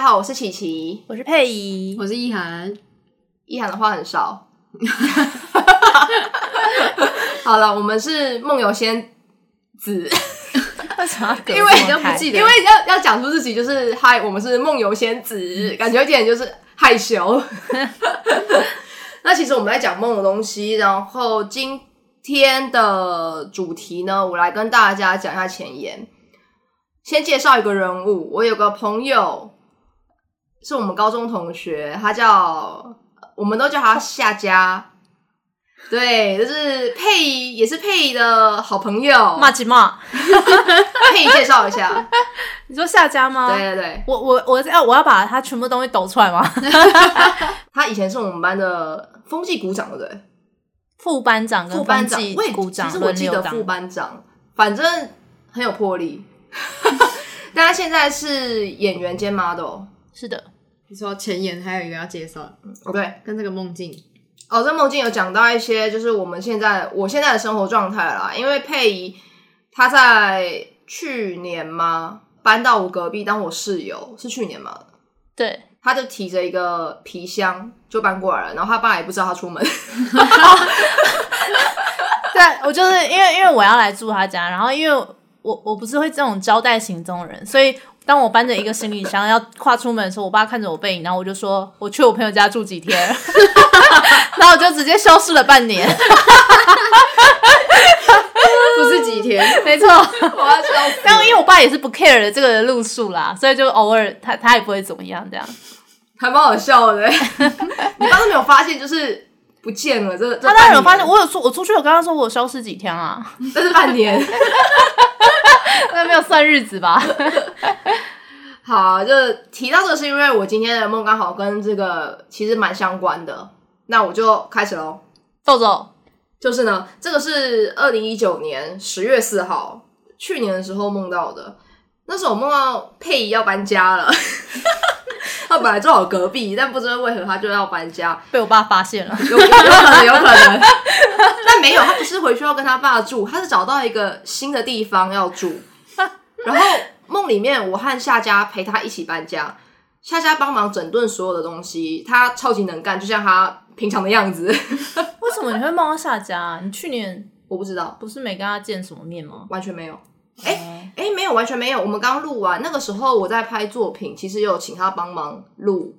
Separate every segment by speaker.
Speaker 1: 好，我是琪琪。
Speaker 2: 我是佩仪，
Speaker 3: 我是意涵，
Speaker 1: 一涵的话很 少。好了，我们是梦游仙子，
Speaker 2: 为什么
Speaker 1: 因为
Speaker 3: 这么开
Speaker 1: 因为要要讲出自己就是嗨，我们是梦游仙子，感觉有点就是害羞。那其实我们在讲梦的东西，然后今天的主题呢，我来跟大家讲一下前言。先介绍一个人物，我有个朋友是我们高中同学，他叫我们都叫他夏佳。对，就是佩仪，也是佩仪的好朋 友。
Speaker 2: 骂几骂？
Speaker 1: 佩仪介绍一下，
Speaker 2: 你说下家吗？
Speaker 1: 对，对对，
Speaker 2: 我我我要我要把他全部东西抖出来吗？
Speaker 1: 他以前是我们班的风纪股长，对不对？
Speaker 2: 副班长跟
Speaker 1: 副班长
Speaker 2: 分记，
Speaker 1: 我也
Speaker 2: 股长
Speaker 1: 其实我
Speaker 2: 轮
Speaker 1: 记
Speaker 2: 流
Speaker 1: 得
Speaker 2: 当
Speaker 1: 副班长，反正很有魄力。 但他现在是演员兼 model，
Speaker 2: 是的，
Speaker 3: 你说前言还有一个要介绍，
Speaker 1: 哦对，
Speaker 3: 跟这个梦境，
Speaker 1: 哦，在梦境有讲到一些，就是我们现在我现在的生活状态啦。因为佩仪她在去年嘛搬到我隔壁当我室友，是去年嘛，
Speaker 2: 对，
Speaker 1: 他就提着一个皮箱就搬过来了，然后他爸也不知道他出门，
Speaker 2: 对，啊我就是因为因为我要来住他家，然后因为我我不是会这种交代行踪人，所以当我搬着一个行李箱要跨出门的时候，我爸看着我背影，然后我就说我去我朋友家住几天， 然后我就直接消失了半年，
Speaker 3: 不是几天，
Speaker 2: 没错。
Speaker 1: 我要笑死
Speaker 2: 但因为我爸也是不 care 的这个路数啦，所以就偶尔他他也不会怎么样这样。
Speaker 1: 还蛮好笑的。欸 你爸都没有发现，就是不见了，这这
Speaker 2: 他当然有
Speaker 1: 半年
Speaker 2: 发现，，我有说我出去有跟他说我消失几天啊，
Speaker 1: 这是半年。
Speaker 2: 那没有算日子 吧？
Speaker 1: 好，就提到这是因为我今天的梦刚好跟这个其实蛮相关的，那我就开始喽。
Speaker 2: 豆豆，
Speaker 1: 就是呢，这个是二零一九年十月四号，去年的时候梦到的。那时候我梦到佩仪要搬家了， 他本来住我隔壁，但不知道为何他就要搬家，
Speaker 2: 被我爸发现了，
Speaker 1: 有有可能，有可能。 但没有，他不是回去要跟他爸住，他是找到一个新的地方要住。然后梦里面，我和夏家陪他一起搬家，夏家帮忙整顿所有的东西，他超级能干，就像他平常的样子。
Speaker 2: 为什么你会梦到下家、啊？你去年
Speaker 1: 我不知道，
Speaker 2: 不是没跟他见什么面吗？
Speaker 1: 完全没有。
Speaker 2: 哎、
Speaker 1: 哎，没有，完全没有。我们刚录完，那个时候我在拍作品，其实有请他帮忙录。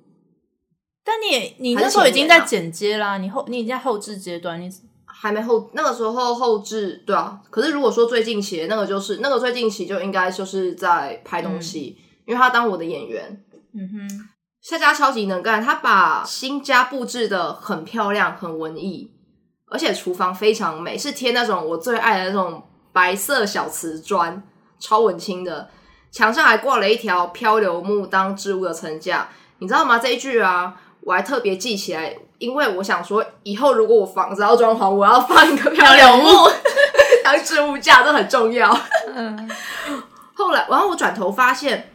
Speaker 2: 但你也你
Speaker 1: 还是
Speaker 2: 那时候已经
Speaker 1: 前年
Speaker 2: 在
Speaker 1: 啊
Speaker 2: 剪接啦，你后你已经在后置阶段，你
Speaker 1: 还没后那个时候后置对啊，可是如果说最近期的那个就是那个最近期就应该就是在拍东西，因为他当我的演员，
Speaker 2: 嗯 哼，
Speaker 1: 夏家超级能干，他把新家布置的很漂亮，很文艺，而且厨房非常美，是贴那种我最爱的那种白色小瓷砖，超文青的。墙上还挂了一条漂流木当置物的层架，你知道吗？这一句啊，我还特别记起来，因为我想说，以后如果我房子要装潢，我要放一个漂流木 当置物架，这很重要。
Speaker 2: 嗯，
Speaker 1: 后来，然后我转头发现，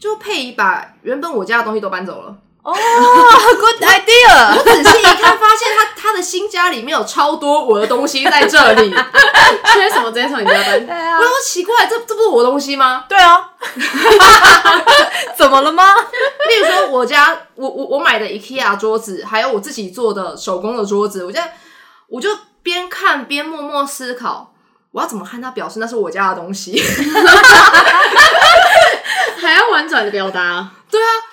Speaker 1: 就佩仪把原本我家的东西都搬走了。
Speaker 2: 哦、g o o d idea，
Speaker 1: 我仔细一看，发现他他的新家里面有超多我的东西在这 里。我
Speaker 3: 缺什么直接从你家 搬，
Speaker 2: 对啊
Speaker 1: 想说奇怪，这这不是我的东西吗？
Speaker 2: 对 啊，怎么了吗？
Speaker 1: 例如说，我家我我我买的 IKEA 桌子，还有我自己做的手工的桌子，我就我就边看边默默思考，我要怎么和他表示那是我家的东西？
Speaker 3: 还要婉转的表达，哦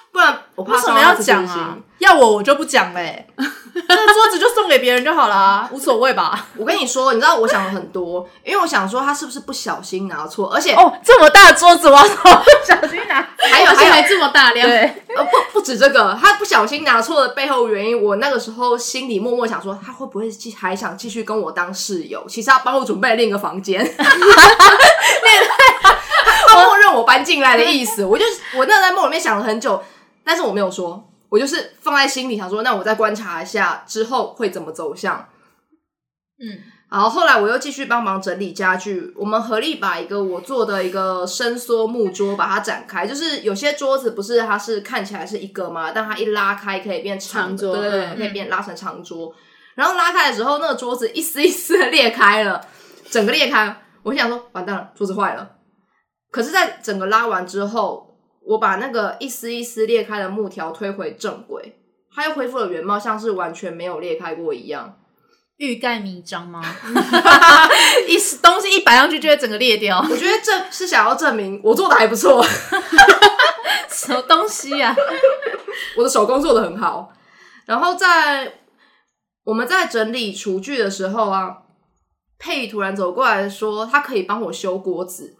Speaker 1: 不然我怕
Speaker 2: 为什
Speaker 1: 伤
Speaker 2: 么
Speaker 1: 到
Speaker 2: 要
Speaker 1: 他自尊
Speaker 2: 讲
Speaker 1: 心
Speaker 2: 啊？？要我我就不讲嘞、 那桌子就送给别人就好啦，无所谓吧？
Speaker 1: 我跟你说，你知道我想了很多，因为我想说他是不是不小心拿错，而且
Speaker 2: 哦，这么大的桌子，我要怎么不小心拿？
Speaker 1: 还有哎还
Speaker 3: 而且
Speaker 1: 有
Speaker 3: 还这么大量，
Speaker 2: 对，
Speaker 1: 呃，不不止这个，他不小心拿错的背后原因，我那个时候心里默默想说，他会不会继还想继续跟我当室友？其实他帮我准备了另一个房间，他默认我搬进来的意思。我就是我那在梦里面想了很久，但是我没有说，我就是放在心里想说，那我再观察一下之后会怎么走向。
Speaker 2: 嗯，
Speaker 1: 然后后来我又继续帮忙整理家具，我们合力把一个我做的一个伸缩木桌把它展开，就是有些桌子不是它是看起来是一个嘛，但它一拉开可以变长的
Speaker 3: 长桌
Speaker 1: 对对对，
Speaker 3: 嗯
Speaker 1: 可以变拉成长桌。然后拉开的时候，那个桌子一丝一丝的裂开了，整个裂开。我想说，完蛋了，桌子坏了。可是，在整个拉完之后，我把那个一丝一丝裂开的木条推回正轨，它又恢复了原貌，像是完全没有裂开过一样。
Speaker 2: 欲盖弥彰吗？ 一东西一摆上去就会整个裂掉，
Speaker 1: 我觉得这是想要证明我做的还不错，
Speaker 2: 什么东西啊？
Speaker 1: 我的手工做的很好。然后在我们在整理厨具的时候啊，佩突然走过来说，他可以帮我修锅子。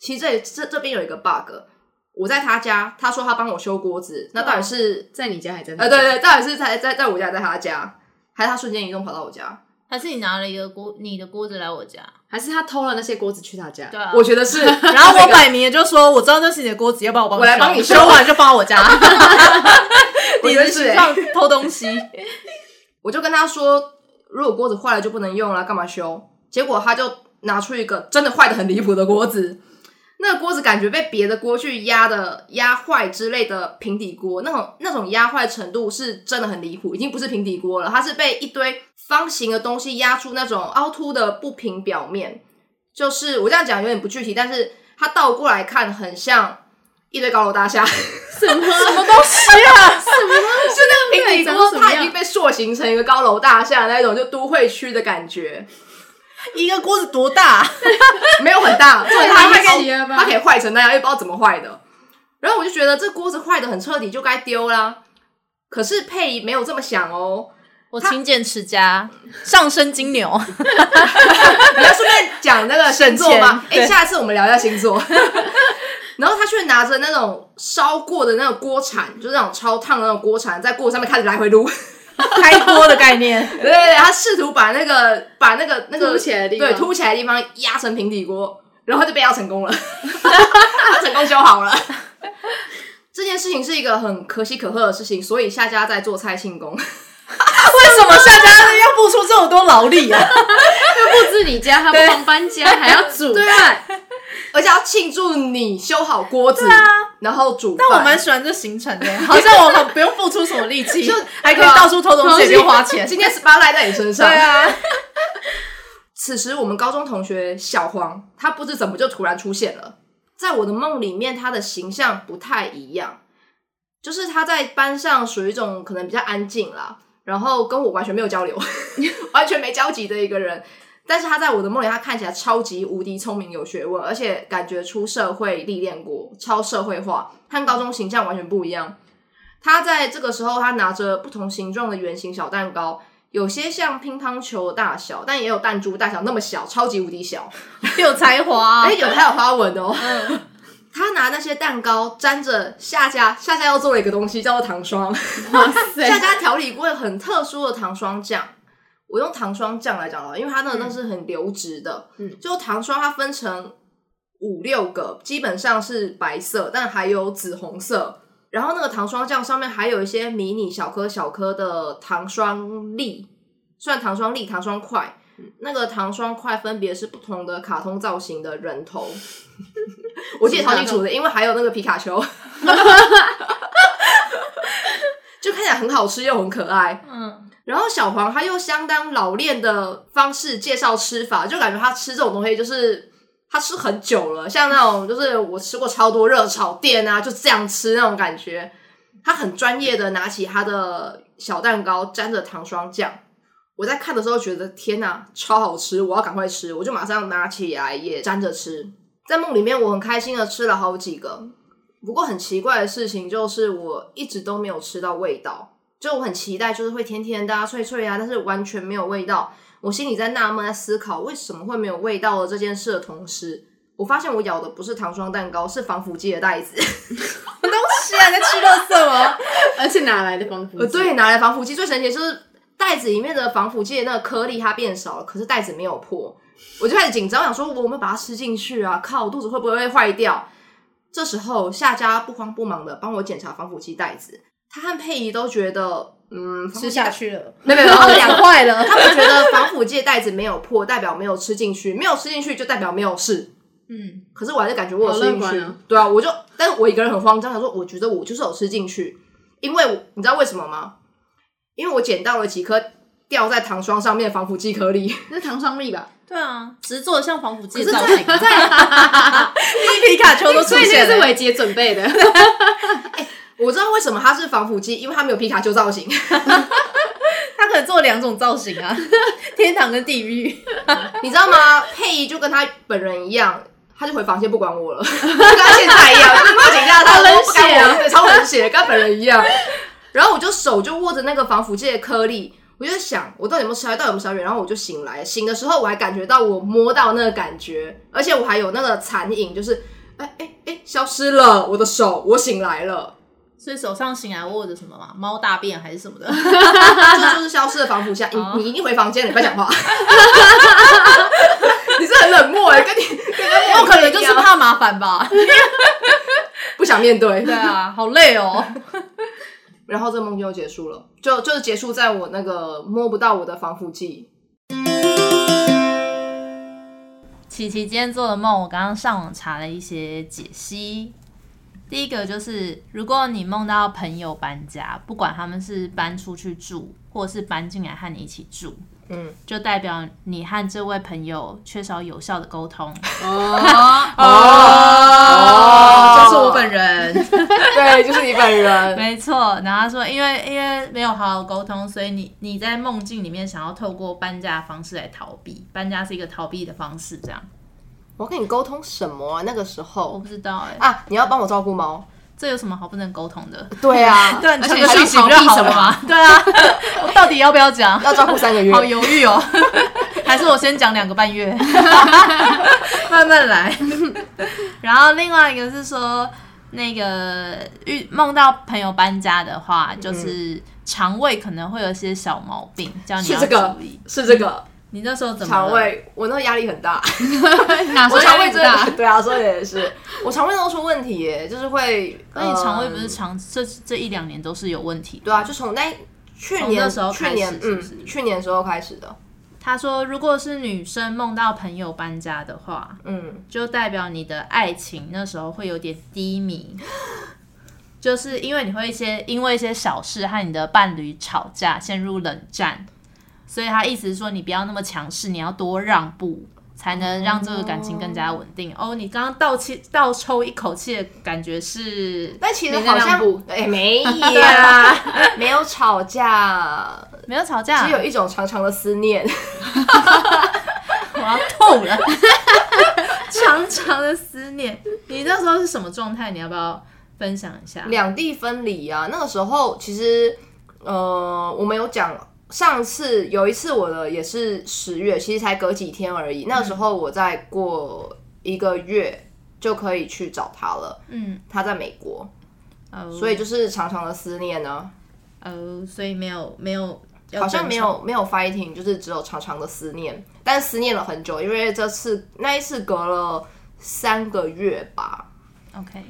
Speaker 1: 其实这里这这边有一个 bug，我在他家，他说他帮我修锅子，那到底是
Speaker 3: 在你家还在那？
Speaker 1: 呃对对，到底是在在在我家，在他家，还是他瞬间移动跑到我家？
Speaker 2: 还是你拿了一个锅，你的锅子来我家？
Speaker 3: 还是他偷了那些锅子去他家？
Speaker 2: 对啊，
Speaker 1: 我觉得 是，
Speaker 2: 然后我摆明了就说，我知道那是你的锅子，要不然我帮
Speaker 1: 我来帮你
Speaker 2: 修
Speaker 1: 修
Speaker 2: 完就 放到我家。
Speaker 1: 我
Speaker 2: 你
Speaker 1: 觉
Speaker 2: 的
Speaker 1: 得是
Speaker 2: 形状偷东 西，
Speaker 1: 我就跟他说，如果锅子坏了就不能用了，干嘛修？结果他就拿出一个真的坏的很离谱的锅子， 那个锅子感觉被别的锅去压的压坏之类的平底锅，那种那种压坏程度是真的很离谱，已经不是平底锅了，它是被一堆方形的东西压出那种凹凸的不平表面。就是我这样讲有点不具体，但是它倒过来看很像一堆高楼大厦。
Speaker 3: 什么什么
Speaker 2: 东西啊！
Speaker 1: 就那个平底锅，
Speaker 3: 对长什么
Speaker 1: 哎它
Speaker 3: 样
Speaker 1: 已经被塑形成一个高楼大厦那种，就都会区的感觉，
Speaker 2: 一个锅子多大？
Speaker 1: 没有很大，所以它
Speaker 3: 太
Speaker 1: 它可
Speaker 3: 离
Speaker 1: 以
Speaker 3: 奇了吧
Speaker 1: 它可以坏成那样，又不知道怎么坏的。然后我就觉得这锅子坏的很彻底，就该丢啦。可是佩仪没有这么想哦，
Speaker 2: 我勤俭持家，上升金牛，
Speaker 1: 你要顺便讲那个星座吗？
Speaker 2: 省钱
Speaker 1: 哎、
Speaker 2: 对
Speaker 1: 下一次我们聊一下星座。 然后他却拿着那种烧过的那种锅铲，就是那种超烫的那种锅铲，在锅上面开始来回撸。
Speaker 2: 开锅的概念。
Speaker 1: 对对对，他试图把那个把那个那个
Speaker 3: 凸起来的地方
Speaker 1: 对凸起来的地方压成平底锅，然后就被压成功了， 他成功修好了。这件事情是一个很可喜可贺的事情，所以夏家在做菜庆功，
Speaker 2: 为什么夏家要付出这么多劳力啊？
Speaker 3: 不止你家，他不帮搬家，还要煮
Speaker 1: 啊
Speaker 3: 饭，
Speaker 1: 而且要庆祝你修好锅子，
Speaker 3: 啊
Speaker 1: 然后煮饭。
Speaker 2: 但 我蛮喜欢这行程的，好像我们不用付出什么力气，
Speaker 1: 就
Speaker 2: 还可以到啊处偷东西，也不用花钱。
Speaker 1: 今天 SPA 赖在你身
Speaker 2: 对
Speaker 1: 上。
Speaker 2: 啊，
Speaker 1: 此时，我们高中同学小黄，他不知怎么就突然出现了，在我的梦里面，他的形象不太一样，就是他在班上属于一种可能比较安静啦，然后跟我完全没有交流， 完全没交集的一个人。但是他在我的梦里，他看起来超级无敌聪明有学问，而且感觉出社会历练过，超社会化，和高中形象完全不一样。他在这个时候，他拿着不同形状的圆形小蛋糕，有些像乒乓球的大小，但也有弹珠大小那么小，超级无敌小。
Speaker 2: 有才华啊
Speaker 1: 哎、，有还有花纹的哦。他拿那些蛋糕沾着夏家，夏家又做了一个东西叫做糖霜，
Speaker 3: 哇
Speaker 1: 夏
Speaker 3: 塞！
Speaker 1: 家调理过很特殊的糖霜酱。我用糖霜酱来讲了，因为它那个那是很流质的，
Speaker 3: 嗯
Speaker 1: 就糖霜它分成五六个，基本上是白色，但还有紫红色。然后那个糖霜酱上面还有一些迷你小颗小颗的糖霜粒，算糖霜粒、糖霜块。那个糖霜块分别是不同的卡通造型的人头，我记得超清楚的，因为还有那个皮卡丘，就看起来很好吃又很可爱。
Speaker 2: 嗯，
Speaker 1: 然后小黄他用相当老练的方式介绍吃法，就感觉他吃这种东西就是他吃很久了，像那种就是我吃过超多热炒店啊，就这样吃那种感觉。他很专业的拿起他的小蛋糕，沾着糖霜酱。我在看的时候觉得天哪，超好吃！我要赶快吃，我就马上拿起来也沾着吃。在梦里面，我很开心的吃了好几个。不过很奇怪的事情就是，我一直都没有吃到味道。就我很期待，就是会甜甜的、啊、脆脆啊，但是完全没有味道。我心里在纳闷，在思考为什么会没有味道的这件事的同时，我发现我咬的不是糖霜蛋糕，是防腐剂的袋子。
Speaker 2: 东西啊，你在吃垃圾吗？
Speaker 3: 而且哪来的防 腐
Speaker 1: 呃，
Speaker 3: 剂？
Speaker 1: 对，拿来防腐剂最神奇的就是袋子里面的防腐剂的那个颗粒它变少了，可是袋子没有破，我就开始紧张，想说我们把它吃进去啊，靠，我肚子会不会坏掉？这时候夏家不慌不忙的帮我检查防腐剂袋子，他和佩仪都觉得，嗯，防腐剂袋
Speaker 2: 去了，
Speaker 1: 没有没有， 啊他们两个
Speaker 2: 坏了。
Speaker 1: 他们觉得防腐剂的袋子没有破，代表没有吃进去，没有吃进去就代表没有事。
Speaker 2: 嗯，
Speaker 1: 可是我还是感觉我有吃进
Speaker 3: 好乐
Speaker 1: 去，
Speaker 3: 观啊
Speaker 1: 对啊，我就，但是我一个人很慌张，想说我觉得我就是有吃进去，因为我你知道为什么吗？因为我捡到了几颗吊在糖霜上面，防腐剂颗 粒。
Speaker 3: 那糖霜粒吧？
Speaker 2: 对啊，只是做的像防腐剂
Speaker 3: 可
Speaker 2: 的
Speaker 3: 是
Speaker 2: 造
Speaker 3: 这
Speaker 2: 型，啊皮卡丘都出
Speaker 3: 所以这
Speaker 2: 现
Speaker 3: 个是
Speaker 2: 了。
Speaker 3: 伟杰准备 的，
Speaker 1: 我知道为什么它是防腐剂，因为它没有皮卡丘造型。
Speaker 2: 他可能做两种造型啊， 天堂跟地狱。
Speaker 1: 你知道吗？佩仪就跟他本人一样，他就回房间不管 我了，就跟他现在一样，就是报警一下他
Speaker 3: 好冷
Speaker 1: 说不管
Speaker 3: 血
Speaker 1: 我
Speaker 3: 啊
Speaker 1: 了，对，超冷血，跟他本人一 样。然后我就手就握着那个防腐剂的颗粒，我就想我到底有没有吃到，到底有没有吃到然后我就醒来，醒的时候我还感觉到我摸到那个感觉，而且我还有那个残影，就是哎哎哎消失了，我的手，我醒来 了，
Speaker 2: 所以手上醒来握着什么嘛？猫大便还是什么 的？
Speaker 1: 这就是消失的防腐剂啊。
Speaker 2: 哦
Speaker 1: 你你一定回房间了，你不要讲话。 你是很冷漠哎、跟你跟跟
Speaker 2: 我可能就
Speaker 1: 一
Speaker 2: 是
Speaker 1: 样
Speaker 2: 怕麻烦吧。
Speaker 1: 不想面对。
Speaker 2: 对啊，好累哦。
Speaker 1: 然后这个梦就结束了，就就是结束在我那个摸不到我的防腐剂。
Speaker 2: 琪琪今天做的梦，我刚刚上网查了一些解析。第一个就是，如果你梦到朋友搬家，不管他们是搬出去住，或是搬进来和你一起住，
Speaker 1: 嗯，
Speaker 2: 就代表你和这位朋友缺少有效的沟通。
Speaker 3: 哦
Speaker 1: 哦
Speaker 4: 哦这是我本人，
Speaker 1: 对，就是你本人。
Speaker 2: 没错，然后他说，因为因为没有好好沟通，所以你你在梦境里面想要透过搬家的方式来逃避，搬家是一个逃避的方式，这样
Speaker 1: 我跟你沟通什么啊？那个时
Speaker 2: 我
Speaker 1: 候
Speaker 2: 不知道哎、
Speaker 1: 啊，你要帮我照顾猫。
Speaker 2: 这有什么好不能沟通的？
Speaker 1: 对啊，
Speaker 2: 对，
Speaker 3: 而且还要
Speaker 2: 息
Speaker 3: 逃避什么
Speaker 2: 嘛？ 对啊，我到底要不要讲？
Speaker 1: 要照顾三个月。
Speaker 2: 好犹豫哦， 还是我先讲两个半月， 慢慢来。 然后另外一个是说，那个遇梦到朋友搬家的话，就是肠胃可能会有一些小毛病，叫你
Speaker 1: 是
Speaker 2: 要
Speaker 1: 这 个
Speaker 2: 注意。，
Speaker 1: 是这个
Speaker 2: 你那时候怎么了
Speaker 1: 肠？胃，我那个压力很 大。
Speaker 3: 哪
Speaker 1: 我
Speaker 3: 说
Speaker 1: 肠胃
Speaker 3: 压
Speaker 1: 真
Speaker 3: 力不
Speaker 1: 的
Speaker 3: 大
Speaker 1: 是，？对啊，所以也是我肠胃都出问题耶，就是会。
Speaker 2: 那你肠胃不是
Speaker 1: 嗯
Speaker 2: 长这这一两年都是有问题的？
Speaker 1: 对啊，就从那去
Speaker 2: 从
Speaker 1: 年
Speaker 2: 那时候
Speaker 1: 去
Speaker 2: 开始
Speaker 1: 年
Speaker 2: 是不是
Speaker 1: 嗯去年时候开始的，
Speaker 2: 他说，如果是女生梦到朋友搬家的话，
Speaker 1: 嗯，
Speaker 2: 就代表你的爱情那时候会有点低迷，就是因为你会一些因为一些小事和你的伴侣吵架，陷入冷战。所以他意思是说，你不要那么强势，你要多让步，才能让这个感情更加稳定。哦，你刚刚倒气倒抽一口气的感觉是
Speaker 1: 但其实
Speaker 3: 没在
Speaker 1: 好像
Speaker 3: 让步
Speaker 1: 哎、 没呀，没有吵架，
Speaker 2: 没有吵架
Speaker 1: 只，有一种长长的思念。
Speaker 2: 我要吐了， 长长的思念。你那时候是什么状态？你要不要分享一下？
Speaker 1: 两地分离啊，那个时候其实呃，我们有讲上次有一次我的也是十月，其实才隔几天而已。那个时候我再过一个月就可以去找他了，
Speaker 2: 嗯，
Speaker 1: 他在美国，
Speaker 2: 哦
Speaker 1: 所以就是长长的思念呢、
Speaker 2: 哦，所以没有没有，
Speaker 1: 好像没有没有 fighting，就是只有长长的思念，但思念了很久，因为这次那一次隔了三个月吧。
Speaker 2: OK，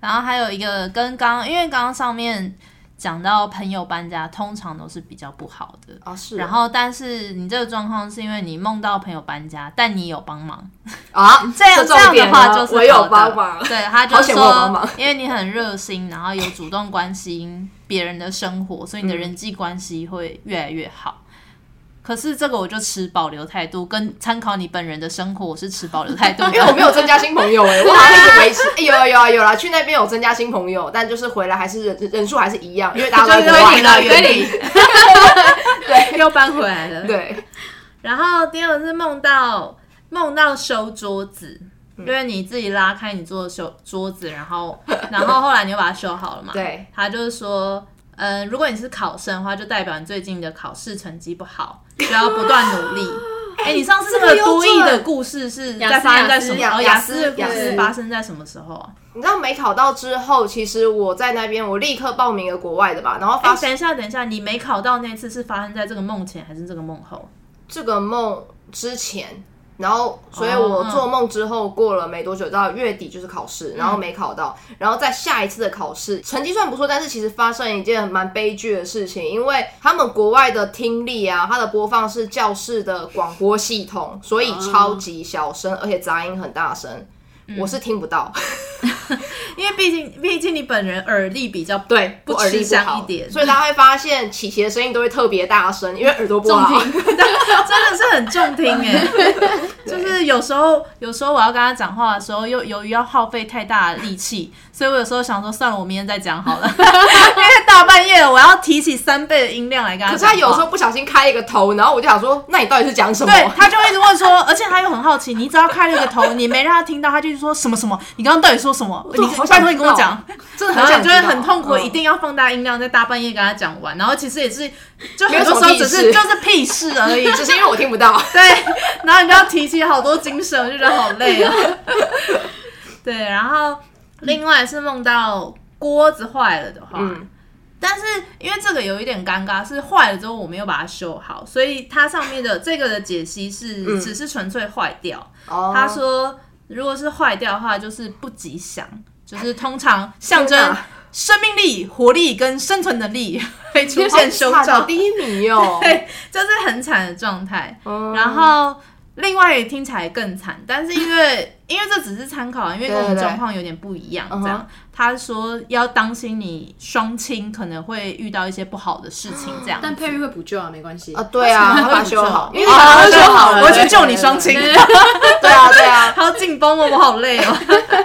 Speaker 2: 然后还有一个跟刚刚，因为刚刚上面讲到朋友搬家，通常都是比较不好的。
Speaker 1: 啊，是哦，
Speaker 2: 然后，但是你这个状况是因为你梦到朋友搬家，但你有帮忙，
Speaker 1: 啊，
Speaker 2: 这样
Speaker 1: 重
Speaker 2: 样
Speaker 1: 点
Speaker 2: 的话
Speaker 1: 了
Speaker 2: 就是
Speaker 1: 我有
Speaker 2: 好的
Speaker 1: 帮 忙，
Speaker 2: 对，他就
Speaker 1: 好险我有帮
Speaker 2: 说
Speaker 1: 忙，
Speaker 2: 因为你很热心，然后有主动关心别人的生活，所以你的人际关系会越来越好。可是这个我就持保留态度，跟参考你本人的生活，我是持保留态度的，
Speaker 1: 因为我没有增加新朋友哎、我好像一直维持，哎有啊有啊有啦，去那边有增加新朋友，但就是回来还是人人数还是一样，因为大家都在国外
Speaker 2: 了，
Speaker 1: 对
Speaker 2: 归零，对，又搬回来了。
Speaker 1: 对，
Speaker 2: 然后第二个是梦到梦到收桌子，
Speaker 1: 嗯
Speaker 2: 因为你自己拉开你做的收桌子，然后 然后后来你又把它修好了嘛。
Speaker 1: 对，
Speaker 2: 他就是说。嗯，如果你是考生的话，就代表你最近的考试成绩不好，就要不断努 力。哎、你上次
Speaker 1: 这
Speaker 2: 那
Speaker 1: 个
Speaker 2: 个
Speaker 1: 有
Speaker 2: 多益的
Speaker 1: 准
Speaker 2: 故事是
Speaker 3: 雅
Speaker 2: 在
Speaker 3: 思
Speaker 2: 发生
Speaker 3: 雅
Speaker 2: 在
Speaker 3: 思
Speaker 2: 什么？
Speaker 1: 雅
Speaker 2: 哦，
Speaker 1: 雅
Speaker 2: 雅
Speaker 1: 思
Speaker 2: 思的故
Speaker 1: 雅
Speaker 2: 事
Speaker 1: 思
Speaker 2: 发生在什么时候啊？
Speaker 1: 你知道没考到之后，其实我在那边我立刻报名了国外的吧，然后发
Speaker 2: 哎
Speaker 1: 现
Speaker 2: 等一下，等一下，你没考到那次是发生在这个梦前还是这个梦后？
Speaker 1: 这个梦之前。然后，所以我做梦之后过了没多久，到月底就是考试，
Speaker 2: 嗯
Speaker 1: 然后没考到，然后在下一次的考试成绩算不错，但是其实发生一件蛮悲剧的事情，因为他们国外的听力啊，它的播放是教室的广播系统，所以超级小声，而且杂音很大声。
Speaker 2: 嗯
Speaker 1: 我是听不 到，
Speaker 2: 因为毕竟毕竟你本人耳力比较
Speaker 1: 对，
Speaker 2: 不
Speaker 1: 我耳
Speaker 2: 吃
Speaker 1: 力不
Speaker 2: 香
Speaker 1: 好
Speaker 2: 一点，
Speaker 1: 所以大家会发现琪琪的声音都会特别大声，因为耳朵不
Speaker 2: 重
Speaker 1: 好。
Speaker 2: 听， 真的是很重听哎、 就是有时候，有时候我要跟他讲话的时候，又由于要耗费太大的力气，所以我有时候想说，算了，我明天再讲好 了，因为大半夜我要提起三倍的音量来跟他
Speaker 1: 可是
Speaker 2: 讲话。
Speaker 1: 他有时候不小心开一个头，然后我就想说，那你到底是讲什么？
Speaker 2: 对，他就会一直问说，而且他又很好奇，你只要开了一个头，你没让他听到，他就一直说什么什么，你刚刚到底说什么？
Speaker 1: 对
Speaker 2: 你
Speaker 1: 好想
Speaker 2: 拜托你跟我
Speaker 1: 知道
Speaker 2: 讲，
Speaker 1: 真的
Speaker 2: 然
Speaker 1: 很
Speaker 2: 后
Speaker 1: 想
Speaker 2: 你就会
Speaker 1: 知道
Speaker 2: 很痛苦，
Speaker 1: 嗯
Speaker 2: 一定要放大音量在大半夜跟他讲完。然后其实也是，就
Speaker 1: 没
Speaker 2: 很
Speaker 1: 有
Speaker 2: 多
Speaker 1: 什么
Speaker 2: 时候只
Speaker 1: 屁事
Speaker 2: 是就是屁事而已，
Speaker 1: 只是因为我听不到。
Speaker 2: 对，然后你就要提起好多精神，我就觉得好累啊。 对，然后另外是梦到锅子坏了的话，
Speaker 1: 嗯
Speaker 2: 但是因为这个有一点尴尬，是坏了之后我没有把它修好，所以它上面的这个的解析是、
Speaker 1: 嗯
Speaker 2: 只是纯粹坏掉。
Speaker 1: 哦
Speaker 2: 他说，如果是坏掉的话，就是不吉祥，就是通常象
Speaker 1: 天
Speaker 2: 征
Speaker 1: 哪
Speaker 2: 生命力、活力跟生存 能力会出现修
Speaker 1: 好惨
Speaker 2: 照
Speaker 1: 好，低迷哦。
Speaker 2: 对，就是很惨的状态。
Speaker 1: 嗯
Speaker 2: 然后另外也听起来更惨，但是因为 因为这只是参考，啊因为跟我
Speaker 1: 对
Speaker 2: 们
Speaker 1: 对对
Speaker 2: 状况有点不一样，
Speaker 1: 嗯哼
Speaker 2: 这样他说要当心你双亲可能会遇到一些不好的事情，这样。
Speaker 3: 但佩玉会补救啊，没关系
Speaker 1: 啊，。对啊，
Speaker 2: 为什么
Speaker 1: 他
Speaker 2: 会
Speaker 1: 把它修
Speaker 2: 不
Speaker 1: 好，嗯
Speaker 2: 做
Speaker 1: 因为
Speaker 2: 哦
Speaker 1: 他把它修
Speaker 2: 好
Speaker 1: 好了。
Speaker 2: 我
Speaker 1: 对
Speaker 2: 去救你双亲。
Speaker 1: 对啊，对 啊。
Speaker 2: 好紧绷哦，我好累哦。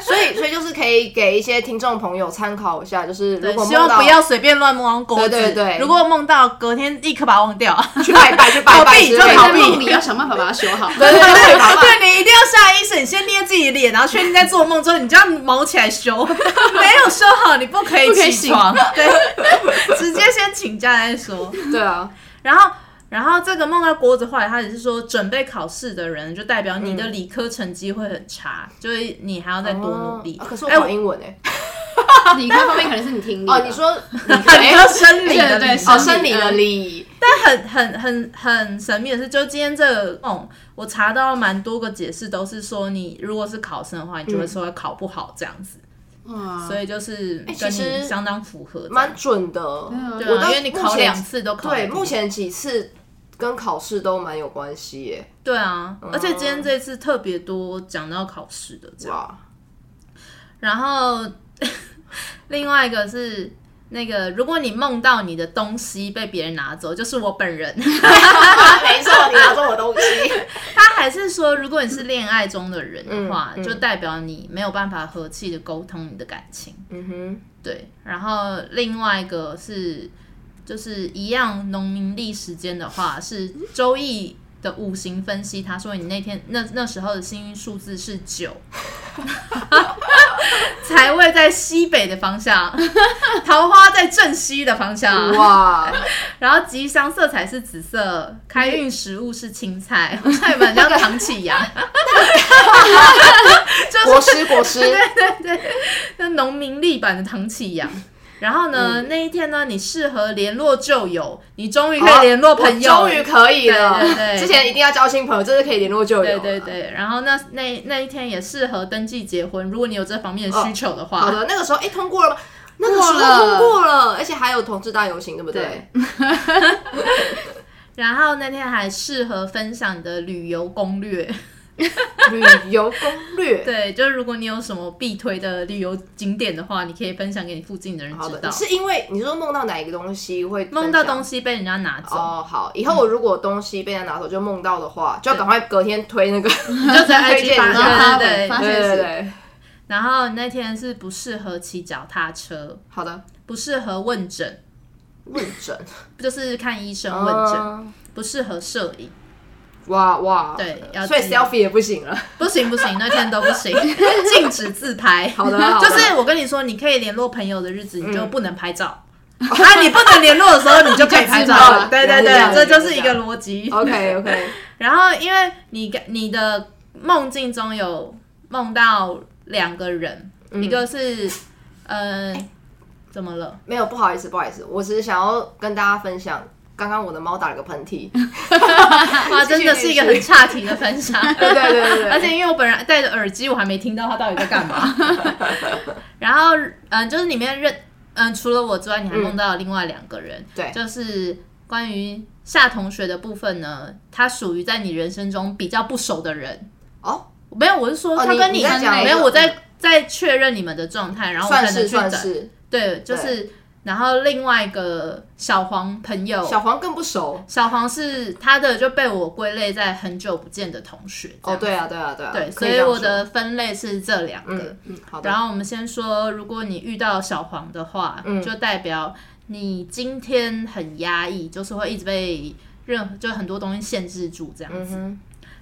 Speaker 1: 所以，所以就是可以给一些听众朋友参考一下，就是如果
Speaker 2: 希
Speaker 1: 梦
Speaker 2: 望
Speaker 1: 到
Speaker 2: 不要随便乱摸钩子。
Speaker 1: 对对对
Speaker 2: 如果梦到隔天立刻把它忘掉。
Speaker 1: 去拜拜，去拜
Speaker 2: 逃
Speaker 1: 拜
Speaker 2: 避
Speaker 1: 之
Speaker 2: 就
Speaker 1: 类
Speaker 3: 对，
Speaker 2: 逃
Speaker 1: 的。
Speaker 3: 在
Speaker 2: 避
Speaker 3: 梦里要想办法把它修好。
Speaker 1: 对对对，好吧。
Speaker 2: 对你一定要下意识，你先捏自己脸，然后确定在做梦之后，你这样毛起来修，没有修好你不可以
Speaker 3: 不可以
Speaker 2: 起床，对，直接先请假再说。
Speaker 1: 对啊，
Speaker 2: 然后，然后这个梦到锅子坏，他只是说准备考试的人，就代表你的理科成绩会很差，就是你还要再多努力。
Speaker 1: 啊可是我
Speaker 2: 哎，
Speaker 1: 讲
Speaker 2: 我
Speaker 1: 英文哎。
Speaker 3: 理科方面可能是你听力吧。哎
Speaker 1: 哦，你说
Speaker 3: 啊
Speaker 1: 你
Speaker 2: 你说生理的
Speaker 3: 对
Speaker 2: 理嗯
Speaker 3: 对
Speaker 2: 科
Speaker 1: 哦，生理的理，
Speaker 2: 但很很很很神秘的是，就今天这个梦，我查到蛮多个解释，都是说你如果是考生的话，你就会说考不好这样子。
Speaker 3: 哇，
Speaker 2: 所以就是
Speaker 1: 哎
Speaker 2: 跟
Speaker 1: 其实
Speaker 2: 你相当符合这样，
Speaker 1: 蛮准的。
Speaker 3: 对啊
Speaker 1: 我
Speaker 2: 对啊
Speaker 1: 到
Speaker 2: 因为你
Speaker 1: 目
Speaker 2: 考
Speaker 1: 前
Speaker 2: 两次都考
Speaker 1: 对，
Speaker 2: 得
Speaker 1: 目前几次跟考试都蛮有关系耶。
Speaker 2: 对啊，
Speaker 1: 哦
Speaker 2: 而且今天这次特别多讲到考试的这样，
Speaker 1: 哇，
Speaker 2: 然后 另外一个是。那个，如果你梦到你的东西被别人拿走，就是我本 人。
Speaker 1: 没错，你拿走我东西。
Speaker 2: 他还是说，如果你是恋爱中的人的话，
Speaker 1: 嗯嗯
Speaker 2: 就代表你没有办法和气的沟通你的感情。
Speaker 1: 嗯哼，
Speaker 2: 对，然后另外一个是，就是一样农民历时间的话，是周易的五行分析，他说你那天那那时候的幸运数字是九， 财位在西北的方向， 桃花在正西的方向，
Speaker 1: 哇，
Speaker 2: 然后吉祥色彩是紫色，开运食物是青菜，我差点把人家唐启阳， 就是
Speaker 1: 国师国师，
Speaker 2: 那农民历版的唐 启阳。然后呢，
Speaker 1: 嗯
Speaker 2: 那一天呢，你适合联络旧友，你终于可以联络朋友，
Speaker 1: 我终于可以了。
Speaker 2: 对对对
Speaker 1: 之前一定要交新朋友，这次可以联络旧友。
Speaker 2: 对对。对。然后那那那一天也适合登记结婚，如果你有这方面的需求的话。
Speaker 1: 哦好的，那个时候哎、诶通过了吗？那个时
Speaker 3: 通过了
Speaker 1: 候通过了，而且还有同志大游行，对不对
Speaker 2: 对？然后那天还适合分享你的旅游攻略，
Speaker 1: 旅游攻略。
Speaker 2: 对，就是如果你有什么必推的旅游景点的话，你可以分享给你附近的人
Speaker 1: 好
Speaker 2: 知
Speaker 1: 的，
Speaker 2: 道
Speaker 1: 你。是因为你说梦到哪一个东西会
Speaker 2: 梦到东
Speaker 1: 西？
Speaker 2: 西被人家拿走，
Speaker 1: 哦，好，以后我如果东西被人家拿走就梦到的话，
Speaker 2: 嗯
Speaker 1: 就要赶快隔天推 那个。
Speaker 2: 你 就在
Speaker 1: 推
Speaker 2: IG
Speaker 1: 荐
Speaker 2: 发
Speaker 1: 一下
Speaker 2: 对对对
Speaker 3: 发
Speaker 1: 对
Speaker 3: 现
Speaker 1: 对对
Speaker 3: 是
Speaker 1: 对，
Speaker 2: 然后那天是不适合骑脚踏车，
Speaker 1: 好的。
Speaker 2: 不适合问诊，
Speaker 1: 问诊，
Speaker 2: 就是看医生问诊，
Speaker 1: 嗯
Speaker 2: 不适合摄影，
Speaker 1: 哇哇，
Speaker 2: 对要
Speaker 1: 所以
Speaker 2: 记得
Speaker 1: selfie 也不行了。
Speaker 2: 不行不行，那天都不 行，禁止自拍。
Speaker 1: 好的好的
Speaker 2: 就是我跟你说，你可以联络朋友的日子，你就不能拍照。 啊，你不能联络的时候， 你就可以拍
Speaker 3: 你就自拍
Speaker 2: 照。
Speaker 3: 了
Speaker 2: 对对
Speaker 1: 了解了解
Speaker 2: 对，这就是一个逻辑。
Speaker 1: OK OK，
Speaker 2: 然后，因为你跟你的梦境中有梦到两个人，一个是呃，怎么了？
Speaker 1: 没有不好意思不好意思，我只是想要跟大家分享，刚刚我的猫打了个喷 嚏。
Speaker 2: 哇，真的是一个很岔题的分 享。
Speaker 1: 对对对对，
Speaker 2: 而且因为我本人戴着耳机，我还没听到他到底在干 嘛。然后，嗯、就是里面认，嗯、除了我之外，你还梦到了另外两个人，
Speaker 1: 嗯对
Speaker 2: 就是关于夏同学的部分呢，他属于在你人生中比较不熟的人。
Speaker 1: 哦，
Speaker 2: 没有，我是说
Speaker 1: 哦
Speaker 2: 他
Speaker 1: 你
Speaker 2: 跟
Speaker 1: 你在
Speaker 3: 讲
Speaker 2: 没有，我在在确认你们的状态，然后我
Speaker 1: 嗯
Speaker 2: 才
Speaker 1: 算
Speaker 2: 能
Speaker 1: 是
Speaker 2: 去
Speaker 1: 算
Speaker 2: 等。
Speaker 1: 是。
Speaker 2: 对，就是然后另外一个小黄朋友，
Speaker 1: 小黄更不熟
Speaker 2: 小黄是他的就被我归类在很久不见的同学。
Speaker 1: 哦，
Speaker 2: 这样
Speaker 1: 对啊，对啊，对啊，
Speaker 2: 对，
Speaker 1: 可
Speaker 2: 所
Speaker 1: 以
Speaker 2: 以
Speaker 1: 这样
Speaker 2: 我
Speaker 1: 说
Speaker 2: 的分类是这两个。
Speaker 1: 嗯嗯好的，
Speaker 2: 然后我们先说，如果你遇到小黄的话，就代表你今天很压抑，就是会一直被任何就很多东西限制住这样子。
Speaker 1: 嗯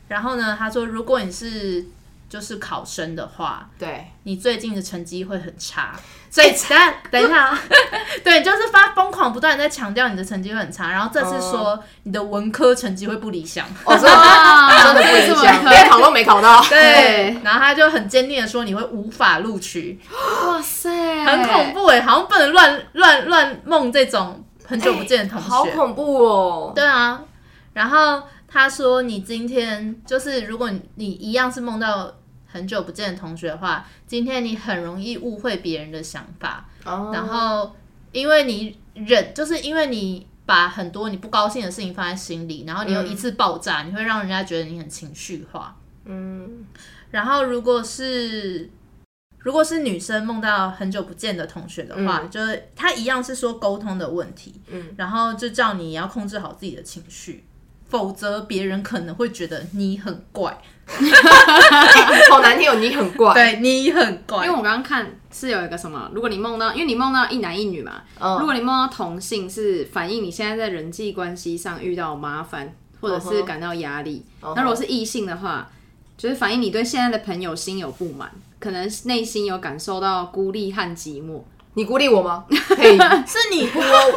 Speaker 2: 然后呢，他说，如果你是就是考生的话，
Speaker 1: 哼，对，
Speaker 2: 你最近的成绩会很差，所以等一下等一下啊， 对，就是发疯狂不断地在强调你的成绩会很差，然后这次说你的文科成绩会不理想，
Speaker 1: 我 真
Speaker 3: 哇
Speaker 1: 的真的不理
Speaker 3: 这么
Speaker 1: 想，
Speaker 3: 可
Speaker 1: 连考都没考 到，
Speaker 3: 对
Speaker 2: 然后他就很坚定的说你会无法录取，
Speaker 3: 哇塞，
Speaker 2: 很恐怖哎、好像不能乱乱乱梦这种很久不见的同
Speaker 1: 哎好
Speaker 2: 学。
Speaker 1: 恐怖哦，
Speaker 2: 对啊，然后他说你今天就是如果你你一样是梦到很久不见的同学的话，今天你很容易误会别人的想法，然
Speaker 1: 然
Speaker 2: 后因为你忍，就是因为你。把很多你不高兴的事情放在心里，然后你又一次爆炸，你会让人家觉得你很情绪化。
Speaker 1: 嗯，
Speaker 2: 然后如果是如果是女生梦到很久不见的同学的话，
Speaker 1: 嗯
Speaker 2: 就是她一样是说沟通的问题，
Speaker 1: 嗯，
Speaker 2: 然后就叫你要控制好自己的情绪，否则别人可能会觉得你很怪，
Speaker 1: 好难听哦，你很怪，哎
Speaker 2: 对你很怪
Speaker 3: 因为，我刚刚看是有一个什么，如果你梦到，因为你梦到一男一女嘛，
Speaker 1: 嗯
Speaker 3: 如果你梦到同性，是反映你现在在人际关系上遇到麻烦，或者
Speaker 1: 嗯
Speaker 3: 是
Speaker 1: 哼
Speaker 3: 感到压力。
Speaker 1: 嗯哼
Speaker 3: 那如果是异性的话，就是反映你对现在的朋友心有不满，可能内心有感受到孤立和寂寞。
Speaker 1: 你孤立我 吗？嘿，
Speaker 2: 是你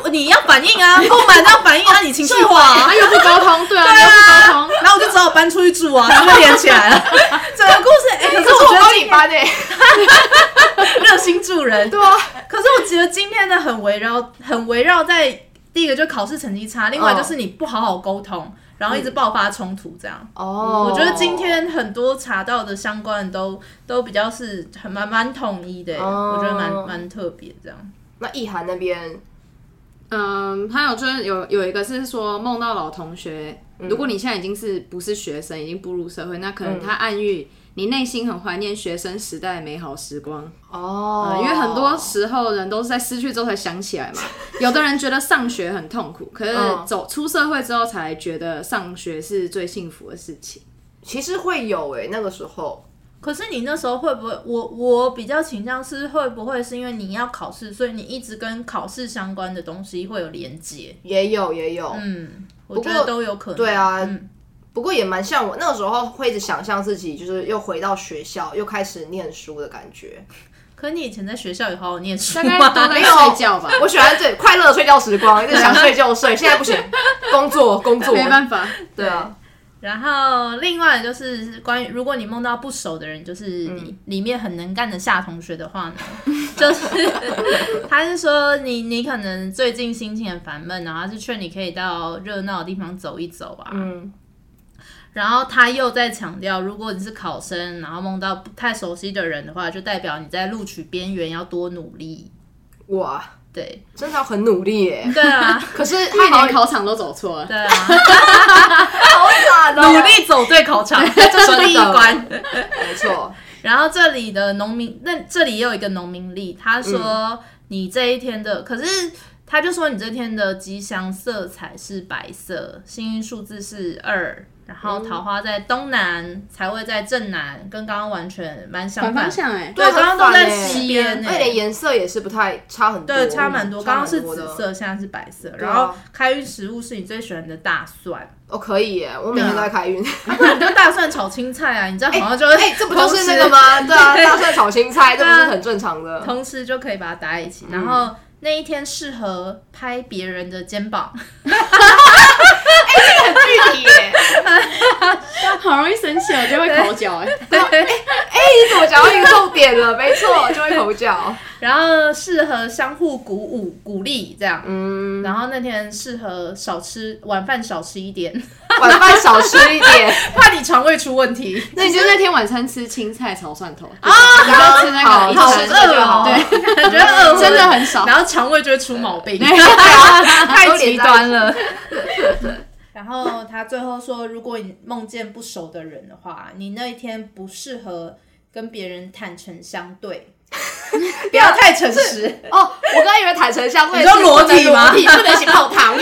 Speaker 2: 我你要反应啊， 不满要反应啊，你情绪化、啊。
Speaker 3: 啊，又不沟通，对啊，你又不沟通。
Speaker 2: 然后我就只好搬出去住啊，然后就连起来了。 整个故事，哎、可
Speaker 1: 可
Speaker 2: 是
Speaker 1: 是
Speaker 2: 我
Speaker 1: 我
Speaker 2: 觉得
Speaker 1: 帮你搬诶，
Speaker 2: 热心助人，
Speaker 1: 对啊，
Speaker 2: 可是我觉得今天的很围绕，很围绕在第一个就考试成绩差，另外就是你不好好沟通，然后一直爆发冲突这样。
Speaker 1: 哦，
Speaker 2: 我觉得今天很多查到的相关的都都比较是很蛮蛮统一的，欸
Speaker 1: 哦
Speaker 2: 我觉得蛮蛮特别这样。
Speaker 1: 那意涵那边，
Speaker 3: 嗯，还有就是有有一个是说梦到老同学，如果你现在已经是不是学生，已经步入社会，那可能他暗喻你内心很怀念学生时代的美好时光，
Speaker 2: 嗯
Speaker 1: 哦，
Speaker 3: 因为很多时候人都是在失去之后才想起来嘛。有的人觉得上学很痛苦，可是
Speaker 1: 嗯
Speaker 3: 走出社会之后才觉得上学是最幸福的事情。
Speaker 1: 其实会有诶，那个时候，
Speaker 2: 可是你那时候会不会？我我比较倾向是会不会是因为你要考试，所以你一直跟考试相关的东西会有连接？
Speaker 1: 也有也有，
Speaker 2: 嗯，我觉得都有可能。
Speaker 1: 对啊
Speaker 2: 嗯
Speaker 1: 不过也蛮像我那个时候会一直想象自己就是又回到学校，又开始念书的感觉。
Speaker 2: 可你以前在学校有好好念书啊
Speaker 3: 大概
Speaker 2: 吗？
Speaker 3: 都在
Speaker 1: 没有
Speaker 3: 睡觉吧，
Speaker 1: 我喜欢这快乐的睡觉时 光，一直想睡就睡，现在不行，工作工作，
Speaker 3: 没办法。
Speaker 1: 对啊，
Speaker 2: 然后另外就是关于，如果你梦到不熟的人，就是里里面很能干的夏同学的话呢， 就是他是说你你可能最近心情很烦闷，然后他是劝你可以到热闹的地方走一走啊。
Speaker 1: 嗯，
Speaker 2: 然后他又在强调，如果你是考生，然后梦到不太熟悉的人的话，就代表你在录取边缘，要多努力。
Speaker 1: 哇，
Speaker 2: 对
Speaker 1: 真的要很努力耶。
Speaker 2: 对啊，
Speaker 1: 可是
Speaker 3: 他
Speaker 1: 他好
Speaker 3: 连考场都走错了，
Speaker 2: 对啊，
Speaker 1: 好惨哦，
Speaker 2: 努力走对考场，这是第一关。
Speaker 1: 没错，
Speaker 2: 然后这里的农民，那这里也有一个农民历，他
Speaker 1: 嗯
Speaker 2: 说你这一天的，可是他就说你这天的吉祥色彩是白色，幸运数字是二，然后桃花在东南，财位在正南，跟刚刚完全蛮相
Speaker 3: 反
Speaker 2: 反
Speaker 3: 方。向哎、
Speaker 2: 对，刚刚都在
Speaker 1: 啊很烦耶
Speaker 2: 西边呢、
Speaker 1: 而且连颜色也是不太差很多，
Speaker 2: 对，差蛮多。
Speaker 1: 嗯
Speaker 2: 刚刚是
Speaker 1: 差蛮多
Speaker 2: 紫
Speaker 1: 的
Speaker 2: 色，现在是白色。
Speaker 1: 啊
Speaker 2: 然后开运食物是你最喜欢的大蒜，
Speaker 1: 哦，可以耶，我每天都
Speaker 2: 啊
Speaker 1: 在开运。
Speaker 2: 你跟大蒜炒青菜啊，你这样好像就
Speaker 1: 哎，这不就是那个？ 吗？对啊，大蒜炒青菜，这不
Speaker 2: 啊
Speaker 1: 是很正常
Speaker 3: 嗯
Speaker 1: 的？
Speaker 2: 同时就可以把它搭在一起。然后那一天适合拍别人的肩膀，
Speaker 1: 很具体耶。
Speaker 3: 好容易生气哦，就会口角哎、
Speaker 1: 你怎么讲到一个重点了？没错，就会口角。
Speaker 2: 然后适合相互鼓舞、鼓励这样。
Speaker 1: 嗯，
Speaker 2: 然后那天适合少吃晚饭，少吃一点，
Speaker 1: 晚饭少吃一点。
Speaker 2: 怕你肠胃出问题。
Speaker 3: 那你就那天晚餐吃青菜炒蒜头啊，
Speaker 1: 你不要
Speaker 3: 吃那个一
Speaker 1: 好
Speaker 2: 好
Speaker 3: 口
Speaker 1: 吃
Speaker 3: 吃
Speaker 1: 这个
Speaker 2: 饿
Speaker 1: 就好
Speaker 2: 哦，。对，感觉饿，
Speaker 3: 真的很 少
Speaker 2: 然后肠胃就会出毛病。
Speaker 1: 对啊
Speaker 2: 太极端了。然后他最后说，如果你梦见不熟的人的话，你那一天不适合跟别人坦诚相对， 不要太诚实。
Speaker 1: 哦，我刚才以为坦诚相对，
Speaker 2: 你说裸体
Speaker 1: 体
Speaker 2: 吗
Speaker 1: 不能一起泡汤。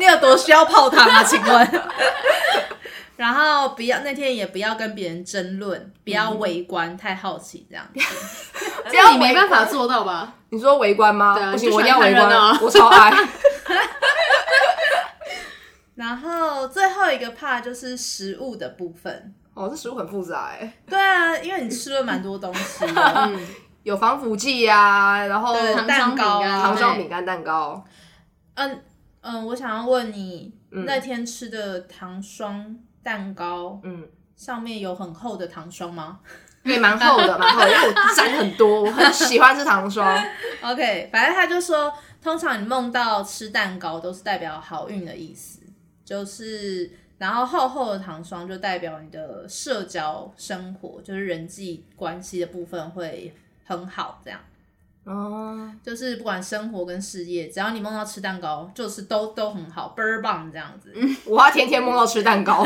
Speaker 2: 你有多需要泡汤啊？请问？ 然后不要那天也不要跟别人争论，不要围观，太好奇这样子。
Speaker 1: 这样
Speaker 3: 你没办法
Speaker 1: 围观。
Speaker 3: 做到吧？
Speaker 1: 你说围观吗？
Speaker 3: 对啊
Speaker 1: 不
Speaker 3: 你
Speaker 1: 行，
Speaker 3: 就
Speaker 1: 我一定
Speaker 3: 喜
Speaker 1: 要
Speaker 3: 欢
Speaker 1: 围
Speaker 3: 看热闹啊
Speaker 1: 观，我超爱。
Speaker 2: 然后最后一个 part 就是食物的部分。
Speaker 1: 哦，这食物很复杂哎，
Speaker 2: 对啊，因为你吃了蛮多东西的，
Speaker 3: 嗯，
Speaker 1: 有防腐剂啊，然后
Speaker 2: 对
Speaker 3: 糖
Speaker 2: 蛋
Speaker 3: 霜
Speaker 2: 糕
Speaker 3: 饼
Speaker 2: 啊
Speaker 3: 干
Speaker 1: 糖霜饼干、蛋糕。
Speaker 2: 嗯嗯，我想要问你，那天吃的糖霜蛋糕
Speaker 1: 嗯，
Speaker 2: 上面有很厚的糖霜吗
Speaker 1: 对，蛮厚的，蛮厚的，因为我沾很多，我很喜欢吃糖霜。
Speaker 2: ？OK，反正他就说，通常你梦到吃蛋糕都是代表好运的意思，就是然后厚厚的糖霜就代表你的社交生活，就是人际关系的部分会很好，这样。
Speaker 1: 哦，
Speaker 2: 就是不管生活跟事业，只要你梦到吃蛋糕，就是都都很好，倍儿棒这样子。
Speaker 1: 我要天天梦到吃蛋糕。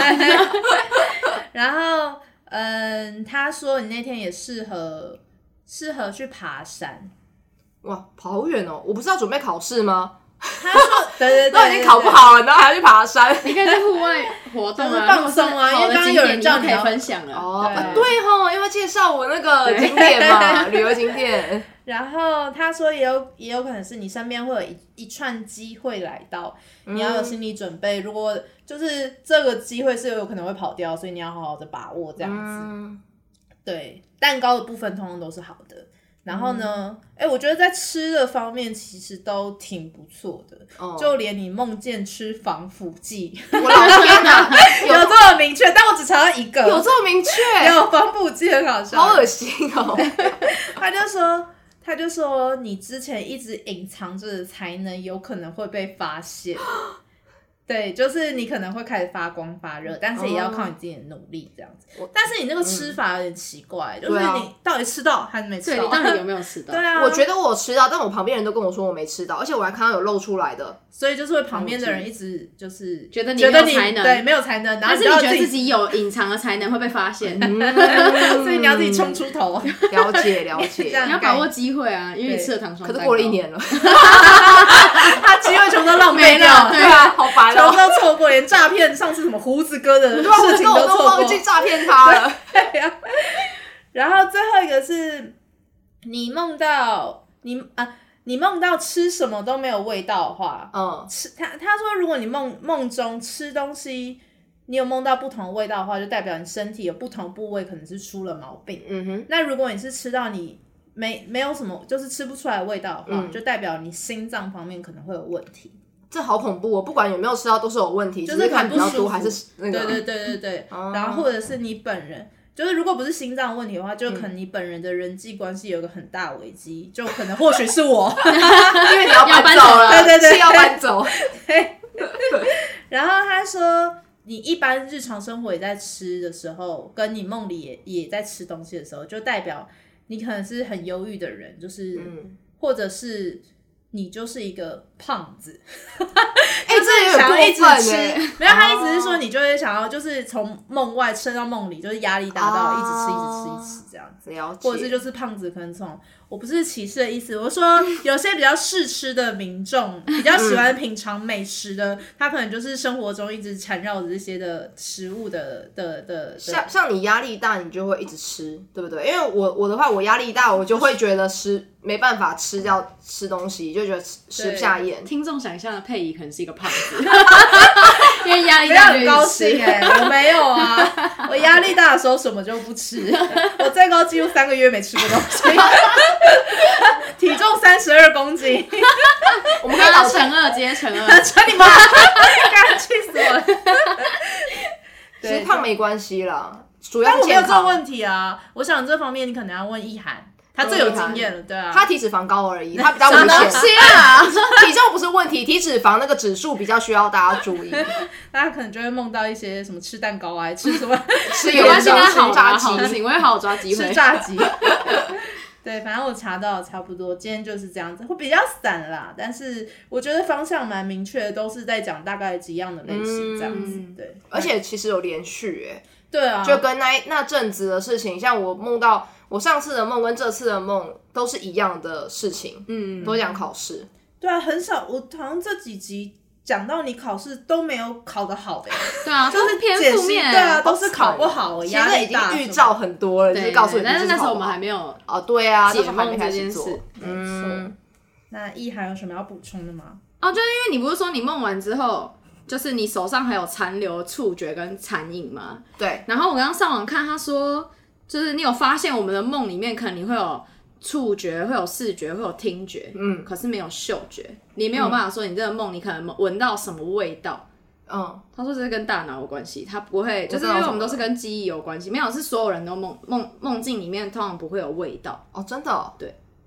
Speaker 2: 然后，嗯，他说你那天也适合适合去爬山。
Speaker 1: 哇，跑好远哦！我不是要准备考试吗？
Speaker 2: 他说，对对对
Speaker 1: 都已经考不，好了，然后还要去爬山。
Speaker 3: 你可以在户外活动
Speaker 2: 就是
Speaker 3: 啊，
Speaker 2: 放松啊
Speaker 3: 如果是好的
Speaker 2: 因为刚刚有人
Speaker 3: 景点
Speaker 2: 叫
Speaker 3: 你
Speaker 2: 你
Speaker 3: 就可
Speaker 2: 要
Speaker 3: 以分享了。
Speaker 1: 哦，
Speaker 2: 对
Speaker 1: 啊对吼，因为介绍我那个景点嘛，旅游景点。
Speaker 2: 对对然后他说也有也有可能是你身边会有一一串机会来到，
Speaker 1: 嗯
Speaker 2: 你要有心理准备。如果就是这个机会是有可能会跑掉，所以你要好好的把握这样子。
Speaker 1: 嗯，
Speaker 2: 对，蛋糕的部分通通都是好的。然后呢，
Speaker 1: 嗯
Speaker 2: 哎、我觉得在吃的方面其实都挺不错的，
Speaker 1: 哦
Speaker 2: 就连你梦见吃防腐 剂
Speaker 1: 我老天 哪，
Speaker 2: 有这么明确，但我只查到一个，
Speaker 1: 有这么明确，
Speaker 2: 有防腐剂很好笑。
Speaker 1: 好恶心哦！
Speaker 2: 他就说，他就说你之前一直隐藏着的才能，有可能会被发现。对，就是你可能会开始发光发热，但是也要靠你自己的努力这样子。
Speaker 1: 我
Speaker 2: 但是你那个吃法有点奇怪，就是
Speaker 1: 对啊
Speaker 2: 你到底吃到还是没吃
Speaker 3: 对
Speaker 2: 到？
Speaker 3: 你到底有没有吃到？
Speaker 2: 对啊，
Speaker 1: 我觉得我吃到，但我旁边人都跟我说我没吃到，而且我还看到有露出来的。
Speaker 2: 所以就是会旁边的人一直就是
Speaker 3: 觉得你
Speaker 2: 觉得
Speaker 3: 没有才能
Speaker 2: 对没有才能，然后
Speaker 3: 但是
Speaker 2: 啊
Speaker 3: 你
Speaker 2: 要
Speaker 3: 觉得
Speaker 2: 己，
Speaker 3: 自
Speaker 2: 嗯
Speaker 3: 己有隐藏的才能会被发现，你
Speaker 2: 所以你 要自己冲出头。
Speaker 1: 了 解了
Speaker 2: 这
Speaker 1: 解
Speaker 2: 样，
Speaker 3: 要把握机会啊，因为你吃了糖霜
Speaker 1: 可
Speaker 3: 蛋
Speaker 1: 是
Speaker 3: 糕。
Speaker 1: 过了一 年了，
Speaker 2: 他机会全部都浪费
Speaker 3: 没了
Speaker 2: 掉，
Speaker 1: 对啊，好烦
Speaker 2: 全部
Speaker 1: 哦！
Speaker 2: 都错过，连诈骗上次什么胡子哥的
Speaker 1: 对啊，
Speaker 2: 事
Speaker 1: 我
Speaker 2: 情
Speaker 1: 跟我
Speaker 2: 都
Speaker 1: 都
Speaker 2: 错
Speaker 1: 忘
Speaker 2: 过
Speaker 1: 记。诈骗他了。
Speaker 2: 然后最后一个是，你梦到你啊，你梦到吃什么都没有味道的话，
Speaker 1: 嗯，
Speaker 2: 吃他他说，如果你梦梦中吃东西，你有梦到不同的味道的话，就代表你身体有不同部位可能是出了毛病。
Speaker 1: 嗯哼，
Speaker 2: 那如果你是吃到你没没有什么，就是吃不出来的味道的话，
Speaker 1: 嗯
Speaker 2: 就代表你心脏方面可能会有问题。
Speaker 1: 这好恐怖哦！不管有没有吃到，都是有问题，
Speaker 2: 就
Speaker 1: 只
Speaker 2: 是
Speaker 1: 是看比较
Speaker 2: 很不舒
Speaker 1: 多
Speaker 2: 服
Speaker 1: 还是那
Speaker 2: 对对
Speaker 1: 个。
Speaker 2: 对对对，
Speaker 1: 哦
Speaker 2: 然后或者是你本人。就是如果不是心脏问题的话，
Speaker 1: 嗯
Speaker 2: 就可能你本人的人际关系有一个很大危机，就可能或许是我，
Speaker 1: 因为你要搬
Speaker 3: 要搬
Speaker 1: 走
Speaker 3: 走
Speaker 1: 了，
Speaker 3: 了
Speaker 2: 对对对
Speaker 1: 是要搬走。
Speaker 2: 然后他说，你一般日常生活也在吃的时候，跟你梦里也也在吃东西的时候，就代表你可能是很忧郁的人，就是、
Speaker 1: 嗯
Speaker 2: 或者是你就是一个胖子，
Speaker 1: 哦哎，这有
Speaker 2: 想要一
Speaker 1: 点
Speaker 2: 直
Speaker 1: 过分
Speaker 2: 吃
Speaker 1: 欸。
Speaker 2: 没有，他意思是说你就会想要就是从梦外吃到梦里，就是压力大到一直吃、
Speaker 1: 哦
Speaker 2: 一直吃、一直吃这样。
Speaker 1: 了解，
Speaker 2: 或者是就是胖子可能从我不是歧视的意思，我说有些比较试吃的民众，比较喜欢品尝美食的，他可能就是生活中一直缠绕着这些的食物的的的的
Speaker 1: 像像你压力大，你就会一直吃，对不对？因为我我的话，我压力大，我就会觉得吃没办法吃掉吃东西，就觉得吃吃不下咽。
Speaker 3: 听众想象的佩仪可能是一个胖子， 因为压力
Speaker 2: 不要
Speaker 3: 大就
Speaker 2: 很
Speaker 3: 一直
Speaker 2: 高
Speaker 3: 吃
Speaker 2: 兴哎、我没有啊，我压力大的时候什么就不吃， 我最高纪录三个月没吃过东西， 体重三十二公斤，
Speaker 1: 我
Speaker 3: 我
Speaker 1: 们
Speaker 3: 们
Speaker 1: 可以
Speaker 3: 刚
Speaker 1: 老
Speaker 3: 刚
Speaker 1: 成
Speaker 3: 乘二，直接乘二。
Speaker 2: 扯你妈， 干气死我了。
Speaker 1: 其实胖没关系啦，主要
Speaker 2: 但
Speaker 1: 是
Speaker 2: 我没有
Speaker 1: 健
Speaker 2: 这个
Speaker 1: 康。
Speaker 2: 问题啊，我想这方面你可能要问意涵，他最有经验了，对啊。
Speaker 1: 他体脂肪高而已，他比较危
Speaker 2: 什么东
Speaker 1: 险。
Speaker 2: 西
Speaker 1: 啊， 体重不是问题，体脂肪那个指数比较需要大家注 意。
Speaker 2: 大家可能就会梦到一些什么吃蛋糕啊， 吃什么
Speaker 1: 吃
Speaker 3: 没
Speaker 1: 有
Speaker 3: 关系，
Speaker 1: 点
Speaker 3: 那好
Speaker 1: 炸
Speaker 3: 抓
Speaker 1: 鸡
Speaker 3: 好，行，我会好抓机
Speaker 2: 吃
Speaker 3: 会。
Speaker 2: 炸鸡。
Speaker 4: 对，反正我查到的差不多，今天就是这样子，会比较散啦，但是我觉得方向蛮明确的，都是在讲大概几样的类型这样子。
Speaker 3: 嗯
Speaker 4: 对，
Speaker 1: 而且其实有连续、欸，
Speaker 4: 对啊，
Speaker 1: 就跟那一那阵子的事情，像我梦到我上次的梦跟这次的梦都是一样的事情，
Speaker 3: 嗯，
Speaker 1: 都讲考试。
Speaker 4: 对啊，很少，我好像这几集讲到你考试都没有考得 好的、欸，
Speaker 3: 对啊，都是偏
Speaker 4: 解
Speaker 3: 负
Speaker 4: 析
Speaker 3: 面，
Speaker 4: 对啊，都是考不好，
Speaker 1: 其
Speaker 4: 压
Speaker 1: 实
Speaker 4: 力
Speaker 1: 已经
Speaker 4: 大什么的
Speaker 1: 预兆很多了，就
Speaker 3: 对，
Speaker 1: 是告诉你，
Speaker 3: 但是那时
Speaker 1: 好
Speaker 3: 候我
Speaker 1: 不
Speaker 3: 们
Speaker 1: 好
Speaker 3: 还没有哦
Speaker 1: 啊，对啊，那时
Speaker 3: 解
Speaker 1: 候还没
Speaker 3: 梦
Speaker 1: 开
Speaker 3: 这
Speaker 1: 始
Speaker 3: 件
Speaker 1: 做，
Speaker 3: 事。
Speaker 4: 没
Speaker 2: 嗯
Speaker 4: 错。那意涵有什么要补充的吗？
Speaker 3: 哦，就是因为你不是说你梦完之后，就是你手上还有残留触觉跟残影吗？
Speaker 1: 对，
Speaker 3: 然后我刚刚上网看，他说就是你有发现我们的梦里面可能你会有触觉，会有视觉，会有听觉，
Speaker 1: 嗯
Speaker 3: 可是没有嗅觉，你没有办法说你这个梦你可能闻到什么味道。
Speaker 1: 嗯，
Speaker 3: 他说这是跟大脑有关系，他不会，就是
Speaker 1: 知
Speaker 3: 因
Speaker 1: 道
Speaker 3: 为
Speaker 1: 什
Speaker 3: 我们
Speaker 1: 么
Speaker 3: 都是跟记忆有关系，没有是所有人都梦梦梦境里面通常不会有味道，
Speaker 1: 哦，真的哦，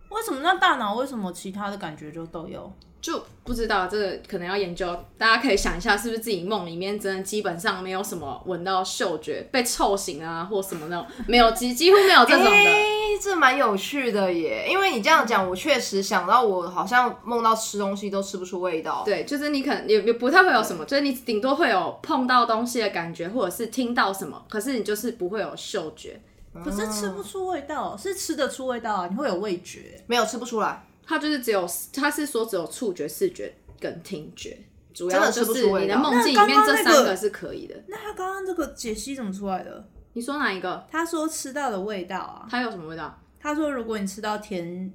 Speaker 2: 为什么那大脑为什么其他的感觉就都有？
Speaker 3: 就不知道这个可能要研究，大家可以想一下是不是自己梦里面真的基本上没有什么闻到嗅觉，被臭醒啊或什么那种，没有几几乎没有这种的。
Speaker 2: 哎
Speaker 1: 诶这蛮有趣的耶，因为你这样讲，我确实想到我好像梦到吃东西都吃不出味道，
Speaker 3: 对，就是你可能也也不太会有什么，就是你顶多会有碰到东西的感觉，或者是听到什么，可是你就是不会有嗅觉，
Speaker 1: 啊
Speaker 2: 可是吃不出味道，是吃得出味道啊，你会有味觉。
Speaker 1: 没有吃不出来，
Speaker 3: 它就是只有它是说只有触觉、视觉跟听觉，主
Speaker 1: 真
Speaker 3: 要
Speaker 1: 的吃
Speaker 3: 就
Speaker 1: 不
Speaker 3: 是
Speaker 1: 出味
Speaker 3: 你的
Speaker 1: 道
Speaker 3: 梦境里
Speaker 2: 那
Speaker 3: 面
Speaker 2: 刚刚那
Speaker 3: 这三
Speaker 2: 个
Speaker 3: 个是可以的。
Speaker 2: 那他刚刚这个解析怎么出来的？
Speaker 3: 你说哪一个？
Speaker 2: 他说吃到的味道啊，
Speaker 3: 它有什么味道？
Speaker 2: 他说如果你吃到甜，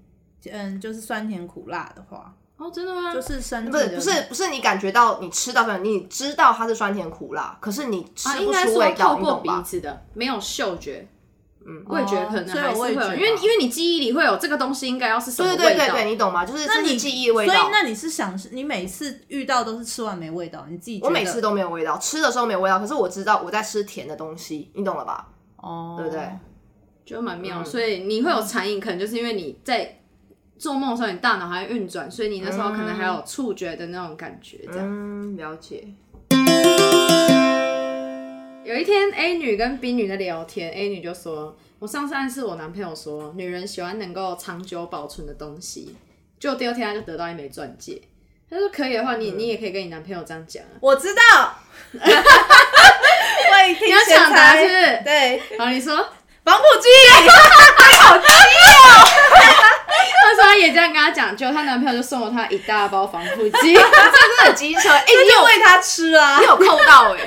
Speaker 2: 嗯，就是酸甜苦辣的话，
Speaker 3: 哦，真的吗？
Speaker 2: 就是身体
Speaker 1: 不
Speaker 2: 的
Speaker 1: 是嗯不是不是你感觉到你吃到酸，你知道它是酸甜苦辣，可是你吃
Speaker 3: 啊，应
Speaker 1: 不
Speaker 3: 该
Speaker 1: 出
Speaker 3: 说
Speaker 1: 味道，
Speaker 3: 透
Speaker 1: 你
Speaker 3: 过
Speaker 1: 懂
Speaker 3: 鼻
Speaker 1: 吧？哦
Speaker 3: 子的，没有嗅觉。嗯，味觉可能
Speaker 2: 所以有
Speaker 3: 还是会
Speaker 2: 味
Speaker 3: 有，啊
Speaker 2: 觉
Speaker 3: 因为
Speaker 2: 吧
Speaker 3: 因为你记忆里会有这个东西，应该要是什么
Speaker 1: 对
Speaker 3: 味道？
Speaker 1: 对对对，你懂吗？就是
Speaker 2: 那
Speaker 1: 这
Speaker 2: 你
Speaker 1: 是记忆的味道。
Speaker 2: 所以那你是想是，你每次遇到都是吃完没味道，你自己觉得
Speaker 1: 我每次都没有味道，吃的时候没有味道，可是我知道我在吃甜的东西，你懂了吧？
Speaker 2: 哦，
Speaker 1: 对不对？
Speaker 3: 就蛮妙。
Speaker 1: 嗯
Speaker 3: 所以你会有残影，可能就是因为你在做梦的时候，你大脑还在运转，所以你那时候可能还有触觉的那种感觉。这样、
Speaker 1: 嗯，了解。
Speaker 3: 有一天 A 女跟 B 女在聊天，A 女就说：“我上次暗示我男朋友说，女人喜欢能够长久保存的东西。”就第二天，她就得到一枚钻戒。她说：“可以的话，
Speaker 1: 嗯
Speaker 3: 你你也可以跟你男朋友这样讲啊。
Speaker 4: 我知 道，我一听
Speaker 3: 你要
Speaker 4: 先
Speaker 3: 抢答
Speaker 4: 猜
Speaker 3: 是不是
Speaker 4: 对，”
Speaker 3: 然后你说，
Speaker 4: 防腐剂。
Speaker 1: 哎
Speaker 3: 那时候她也这样跟她讲，结果她男朋友就送了她一大包防腐 剂。
Speaker 1: 这很机车，
Speaker 4: 那
Speaker 1: 哎、你
Speaker 4: 就
Speaker 1: 有
Speaker 4: 喂它吃啊
Speaker 1: 你，有扣到哎、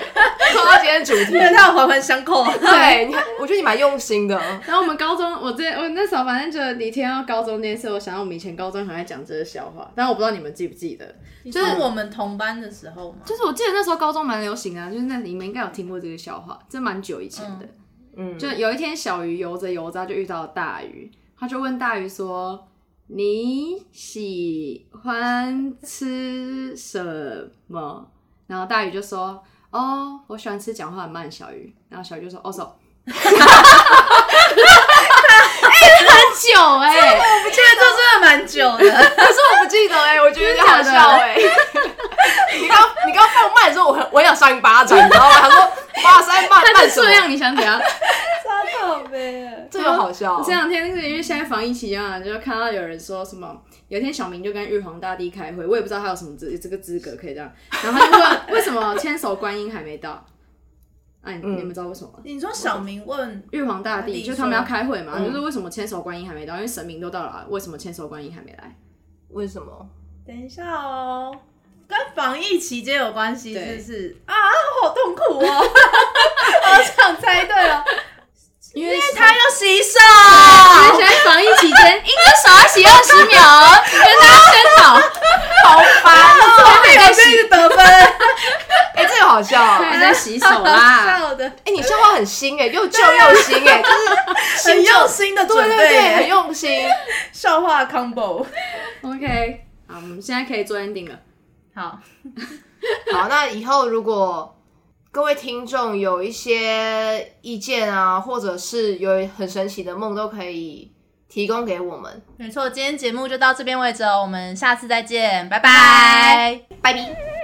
Speaker 1: 扣到今天主题
Speaker 4: 因。为它有环环相扣。啊
Speaker 1: 对，你看我觉得你蛮用心的。
Speaker 3: 然后我们高中，我这我那时候反正就你提到高中这件事，我想到我们以前高中很爱讲这个笑话，但我不知道你们记不记得。
Speaker 2: 就是我们同班的时候嘛，
Speaker 3: 就是我记得那时候高中蛮流行的啊、就是那你们应该有听过这个笑话，这蛮久以前的。
Speaker 1: 嗯
Speaker 3: 就有一天小鱼游着游着它就遇到了大鱼，他就问大鱼说：“你喜欢吃什么？”然后大鱼就说：“哦，我喜欢吃讲话很慢的小鱼。”然后小鱼就说：“哦， 手。”哎、很久哎、
Speaker 4: 我觉得这真的蛮久的，
Speaker 1: 可是我不记得哎、我觉得有点好笑哎、你刚你刚放慢的时候，我很我很想扇你巴掌，你知道吗？他说哇塞，慢
Speaker 3: 他
Speaker 1: 慢
Speaker 3: 就
Speaker 1: 什么
Speaker 3: 这？样，你想怎样？
Speaker 4: 真好呗。
Speaker 1: 这个好笑。哦
Speaker 3: 这两天是因为现在防疫期间啊，就看到有人说什么，有一天小明就跟玉皇大帝开会，我也不知道他有什么资这个资格可以这样，然后他就问为什么千手观音还没到？啊，你你们知道为什么吗？
Speaker 2: 你说小明问
Speaker 3: 玉皇大帝
Speaker 2: 帝
Speaker 3: 就
Speaker 2: 说
Speaker 3: 他们要开会嘛，就是为什么千手观音还没到？因为神明都到了啊，为什么千手观音还没来？
Speaker 1: 为什么？
Speaker 4: 等一下哦，跟防疫期间有关系是
Speaker 3: 对
Speaker 4: 不是？啊，好痛苦哦， 好想猜对了，
Speaker 3: 因为
Speaker 4: 他要洗手。
Speaker 3: 因为现在防疫期间，一个手要洗二十秒哦，跟大家 宣导。
Speaker 1: 好烦 哦、
Speaker 4: 没有这个得分，
Speaker 1: 哎、这个好笑、
Speaker 3: 还
Speaker 1: 啊。
Speaker 3: 在洗手
Speaker 4: 好
Speaker 3: 啦，
Speaker 4: 笑的，
Speaker 1: 哎、你笑话很新哎、又旧又新哎、就是
Speaker 4: 很用心的准
Speaker 1: 对对对，很
Speaker 4: 备，
Speaker 1: 用心。
Speaker 4: 笑话 combo。
Speaker 3: OK，好，我们现在可以做 ending 了。
Speaker 2: 好，
Speaker 1: 好，那以后如果各位听众有一些意见啊，或者是有很神奇的梦，都可以提供给我们。
Speaker 2: 没错，今天节目就到这边为止哦，我们下次再见，拜拜
Speaker 1: 拜拜。